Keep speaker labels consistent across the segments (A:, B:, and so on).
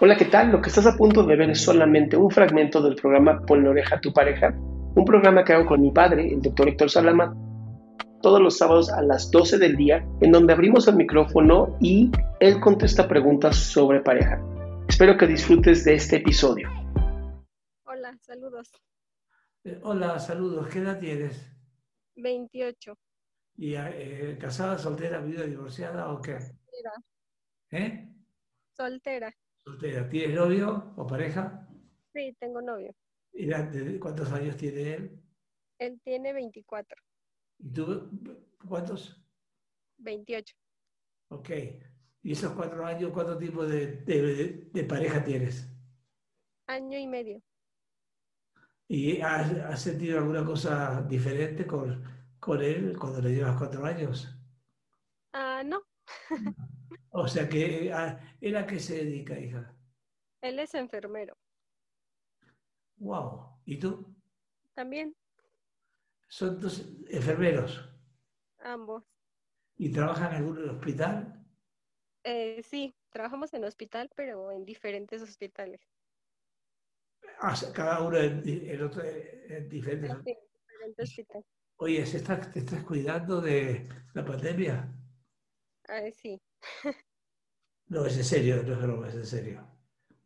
A: Hola, ¿qué tal? Lo que estás a punto de ver es solamente un fragmento del programa Pon la oreja a tu pareja, un programa que hago con mi padre, el doctor Héctor Salama, todos los sábados a las 12 del día, en donde abrimos el micrófono y él contesta preguntas sobre pareja. Espero que disfrutes de este episodio.
B: Hola, saludos.
C: Eh, Hola, saludos. ¿Qué edad tienes?
B: 28.
C: ¿Y eh, casada, soltera, viuda, divorciada o qué?
B: Soltera.
C: ¿Eh?
B: Soltera.
C: Soltera. ¿Tienes novio o pareja?
B: Sí, tengo novio.
C: ¿Y la- de- cuántos años tiene él?
B: Él tiene 24.
C: ¿Y tú cuántos?
B: 28.
C: Ok. ¿Y esos cuatro años, cuánto tipo de, de- de pareja tienes?
B: Año y medio.
C: ¿Y has, has sentido alguna cosa diferente con, con él cuando le llevas cuatro años?
B: Ah, no.
C: O sea que, eh, ¿a- ¿él a qué se dedica, hija?
B: Él es enfermero.
C: Wow. ¿Y tú?
B: También,
C: Son dos enfermeros.
B: ambos.
C: ¿Y trabajan alguno en el hospital?
B: Eh, sí, trabajamos en hospital, pero en diferentes hospitales.
C: hace- cada uno en, di- en otro- en diferentes.
B: Sí, en diferente hospital.
C: Oye, ¿se está- ¿te estás cuidando de la pandemia?
B: Ah, sí,
C: No, es en serio, no es broma, es en serio.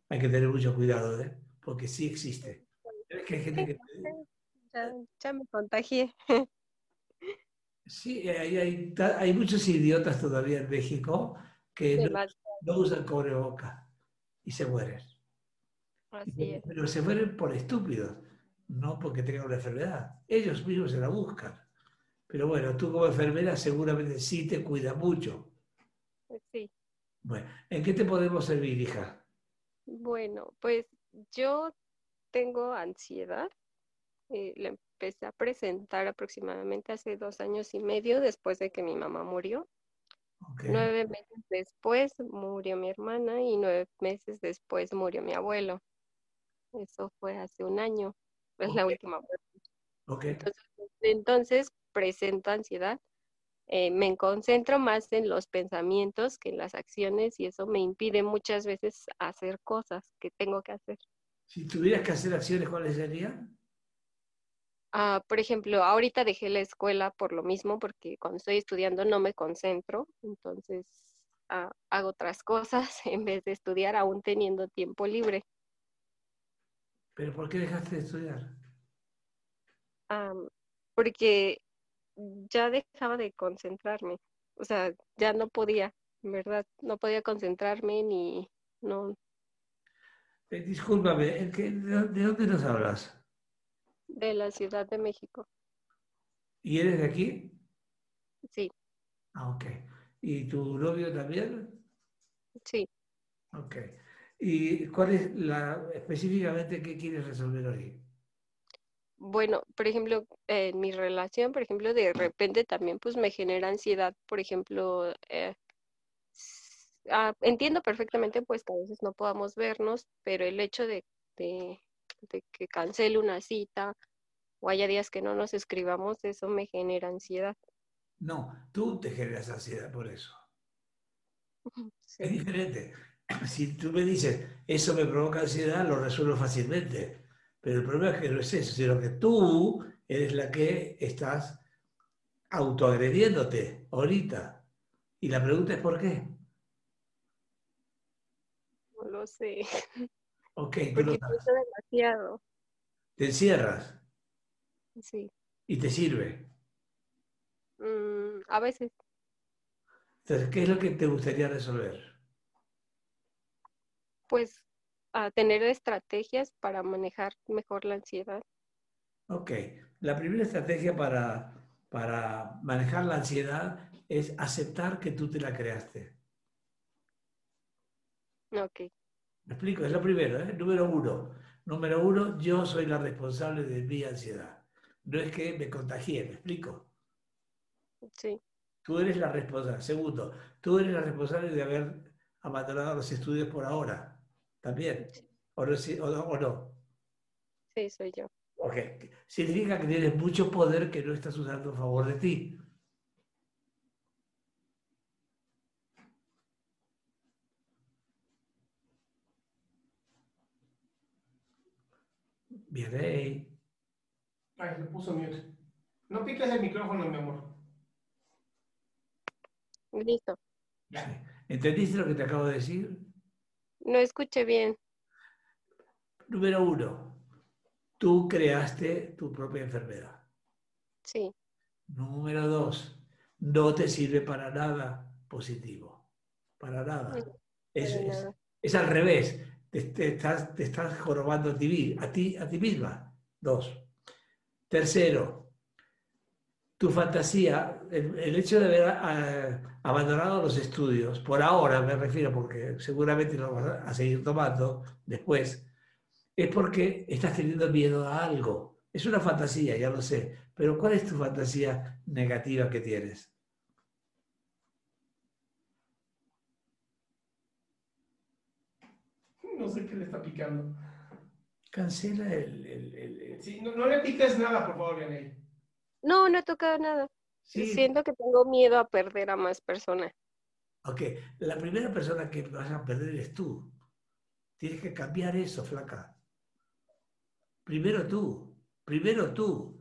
C: Hay que tener mucho cuidado, ¿eh? porque sí existe. Es que hay gente que-
B: ya, ya me contagié.
C: Sí, hay, hay ta- hay muchos idiotas todavía en México que
B: de
C: no,
B: mal.
C: no usan cubrebocas y se mueren.
B: Así es.
C: Pero se mueren por estúpidos, no porque tengan una enfermedad. Ellos mismos se la buscan. Pero bueno, tú como enfermera seguramente sí te cuidas mucho.
B: Sí.
C: Bueno, ¿en qué te podemos servir, hija?
B: Bueno, pues yo tengo ansiedad. eh, la empecé a presentar aproximadamente hace dos años y medio después de que mi mamá murió.
C: Ok.
B: Nueve meses después murió mi hermana y nueve meses después murió mi abuelo. Eso fue hace un año. Es la
C: Ok.
B: última muerte.
C: Ok.
B: Entonces presento ansiedad. eh, me concentro más en los pensamientos que en las acciones y eso me impide muchas veces hacer cosas que tengo que hacer.
C: Si tuvieras que hacer acciones, ¿cuáles serían?
B: Ah, por ejemplo, ahorita dejé la escuela por lo mismo, porque cuando estoy estudiando no me concentro, entonces ah, hago otras cosas en vez de estudiar, aún teniendo tiempo libre.
C: ¿Pero por qué dejaste de estudiar?
B: Am, Ah, porque ya dejaba de concentrarme, o sea, ya no podía, en verdad, no podía concentrarme ni, no,
C: Eh, discúlpame, ¿en qué- de, dó- de dónde nos hablas?
B: de la Ciudad de México.
C: ¿Y eres de aquí?
B: Sí,
C: Ah, ok. ¿Y tu novio también?
B: sí.
C: Ok. ¿Y cuál es la, específicamente, qué quieres resolver hoy?
B: Bueno, por ejemplo, en mi relación, por ejemplo, de repente también pues me genera ansiedad, por ejemplo, eh, s- ah, entiendo perfectamente pues que a veces no podamos vernos, pero el hecho de, de- de que cancele una cita o haya días que no nos escribamos, eso me genera ansiedad.
C: No, tú te generas ansiedad por eso. Es diferente. Si tú me dices, eso me provoca ansiedad, lo resuelvo fácilmente. Pero el problema es que no es eso, sino que tú eres la que estás autoagrediéndote ahorita. Y la pregunta es por qué.
B: No lo sé.
C: Ok, tú lo
B: Porque
C: sabes.
B: pienso demasiado.
C: Te encierras
B: Sí.
C: y te sirve.
B: Mm, a veces,
C: Entonces, ¿qué es lo que te gustaría resolver?
B: pues, a tener estrategias para manejar mejor la ansiedad.
C: Ok, la primera estrategia para, para manejar la ansiedad es aceptar que tú te la creaste.
B: Ok.
C: ¿Me explico? Es lo primero, ¿eh? Número uno. Número uno, yo soy la responsable de mi ansiedad. No es que me contagie, ¿me explico?
B: Sí.
C: Tú eres la responsable. Segundo, tú eres la responsable de haber abandonado los estudios por ahora. También. ¿O no? sí, o no- o no?
B: Sí, soy yo.
C: Ok. Significa que tienes mucho poder que no estás usando a favor de ti. Bien, ahí.
D: Ay, lo puso mute. No piques el micrófono, mi amor.
B: Listo.
D: Ya.
C: ¿Entendiste lo que te acabo de decir?
B: No escuché bien.
C: Número uno, tú creaste tu propia enfermedad.
B: Sí.
C: Número dos, no te sirve para nada positivo. Para nada.
B: No,
C: Es,
B: para
C: es-
B: nada.
C: es al revés. Te, te estás, te estás jorobando a ti, mi- a ti, a ti misma. Dos. Tercero, tu fantasía, el, el hecho de haber ah, abandonado los estudios, por ahora me refiero, porque seguramente lo vas a seguir tomando después, es porque estás teniendo miedo a algo. Es una fantasía, ya lo sé, pero ¿cuál es tu fantasía negativa que tienes?
D: No sé qué le está picando.
C: Cancela el... el- el- el-
D: Sí, no, no le piques nada, por favor, Vianey.
B: No, no he tocado nada.
C: Sí.
B: Siento que tengo miedo a perder a más personas.
C: Ok, la primera persona que vas a perder eres tú. Tienes que cambiar eso, flaca. Primero tú, primero tú.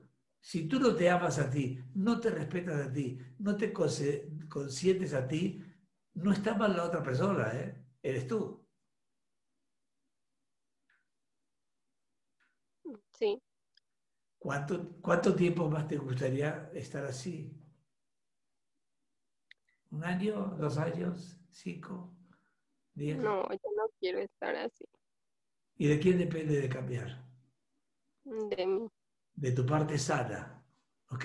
C: Si tú no te amas a ti, no te respetas a ti, no te conse- consientes a ti, no está mal la otra persona, ¿eh? Eres tú.
B: Sí.
C: ¿Cuánto, cuánto tiempo más te gustaría estar así? ¿Un año? ¿Dos años? ¿Cinco? ¿Diez?
B: No, yo no quiero estar así.
C: ¿Y de quién depende de cambiar?
B: De mí.
C: de tu parte sana. ¿Ok?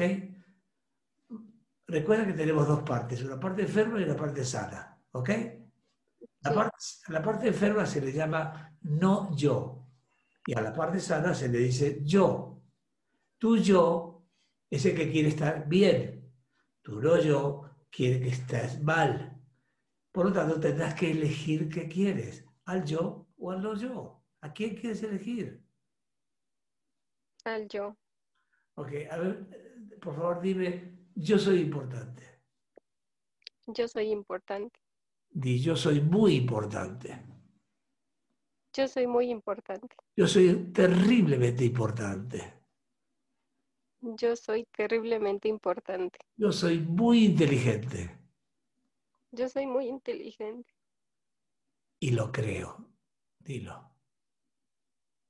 C: Recuerda que tenemos dos partes, una parte enferma y una parte sana. ¿Ok? La,
B: Sí.
C: parte, la parte enferma se le llama no yo y a la parte sana se le dice yo. Tu yo es el que quiere estar bien, tu no yo quiere que estés mal. Por lo tanto, tendrás que elegir qué quieres, al yo o al no yo. ¿A quién quieres elegir?
B: Al yo.
C: Ok, a ver, eh, por favor dime, yo soy importante.
B: Yo soy importante.
C: Di, yo soy muy importante.
B: Yo soy muy importante.
C: Yo soy terriblemente importante.
B: Yo soy terriblemente importante.
C: Yo soy muy inteligente.
B: Yo soy muy inteligente
C: Y lo creo. Dilo.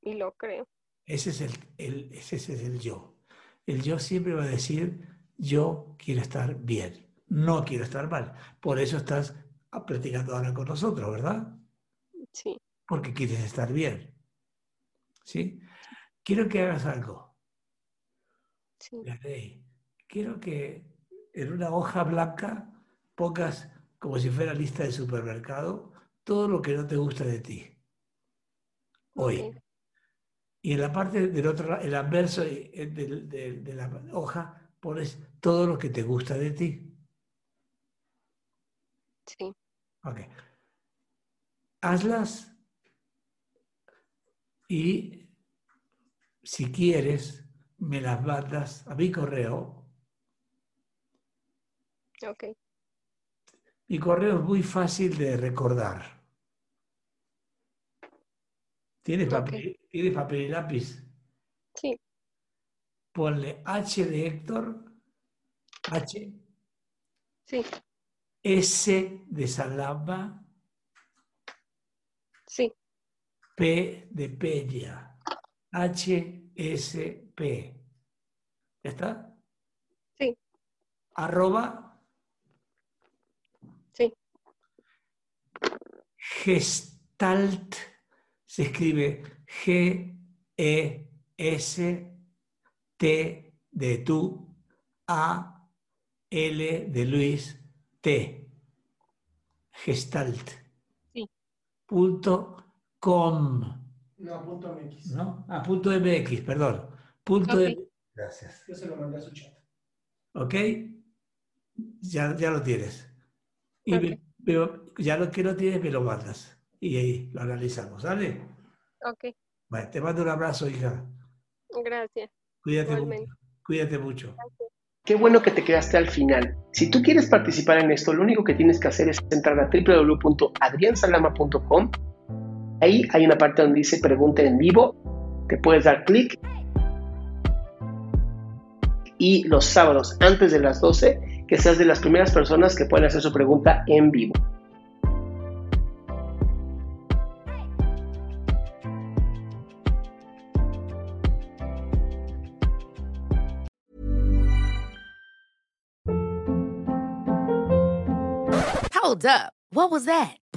B: y lo creo.
C: Ese es el, el- ese es el yo. El yo siempre va a decir, yo quiero estar bien, no quiero estar mal. Por eso estás ah, platicando ahora con nosotros, ¿verdad?
B: Sí.
C: porque quieres estar bien. ¿Sí? Quiero que hagas algo,
B: Sí.
C: la ley. Quiero que en una hoja blanca pongas, como si fuera lista de supermercado, todo lo que no te gusta de ti. Hoy.
B: Ok.
C: Y en la parte del otro, la- el anverso y- eh, del- del- de, la hoja, pones todo lo que te gusta de ti.
B: Sí.
C: Ok. Hazlas y si quieres, me las mandas a mi correo
B: Ok.
C: Mi correo es muy fácil de recordar. ¿Tienes papel, ¿tienes papel y lápiz?
B: Sí.
C: Ponle H de Héctor, H,
B: Sí,
C: S de Salamba,
B: sí,
C: P de Peña, H, S, P. ¿Ya está?
B: Sí.
C: Arroba.
B: Sí.
C: Gestalt se escribe G, E, S, T de tú, A, L de Luis, T. Gestalt.
B: Sí.
C: Punto com.
D: No, punto MX.
C: ¿no? Ah, punto MX, perdón. Punto
B: Ok.
C: M- Gracias.
D: Yo se lo mandé a su chat.
C: ¿Ok? Ya, ya lo tienes. Y me-
B: Ok.
C: me- ya lo que no tienes me lo mandas. Y ahí lo analizamos, ¿sale?
B: ok,
C: Vale, te mando un abrazo, hija.
B: gracias.
C: Cuídate
B: Igualmente.
C: mucho. Cuídate mucho.
A: Qué bueno que te quedaste al final. Si tú quieres participar en esto, lo único que tienes que hacer es entrar a www.adriansalama.com. Ahí hay una parte donde dice pregunta en vivo. Te puedes dar clic. Y los sábados, antes de las 12, que seas de las primeras personas que puedan hacer su pregunta en vivo.
E: Hold up. What was that?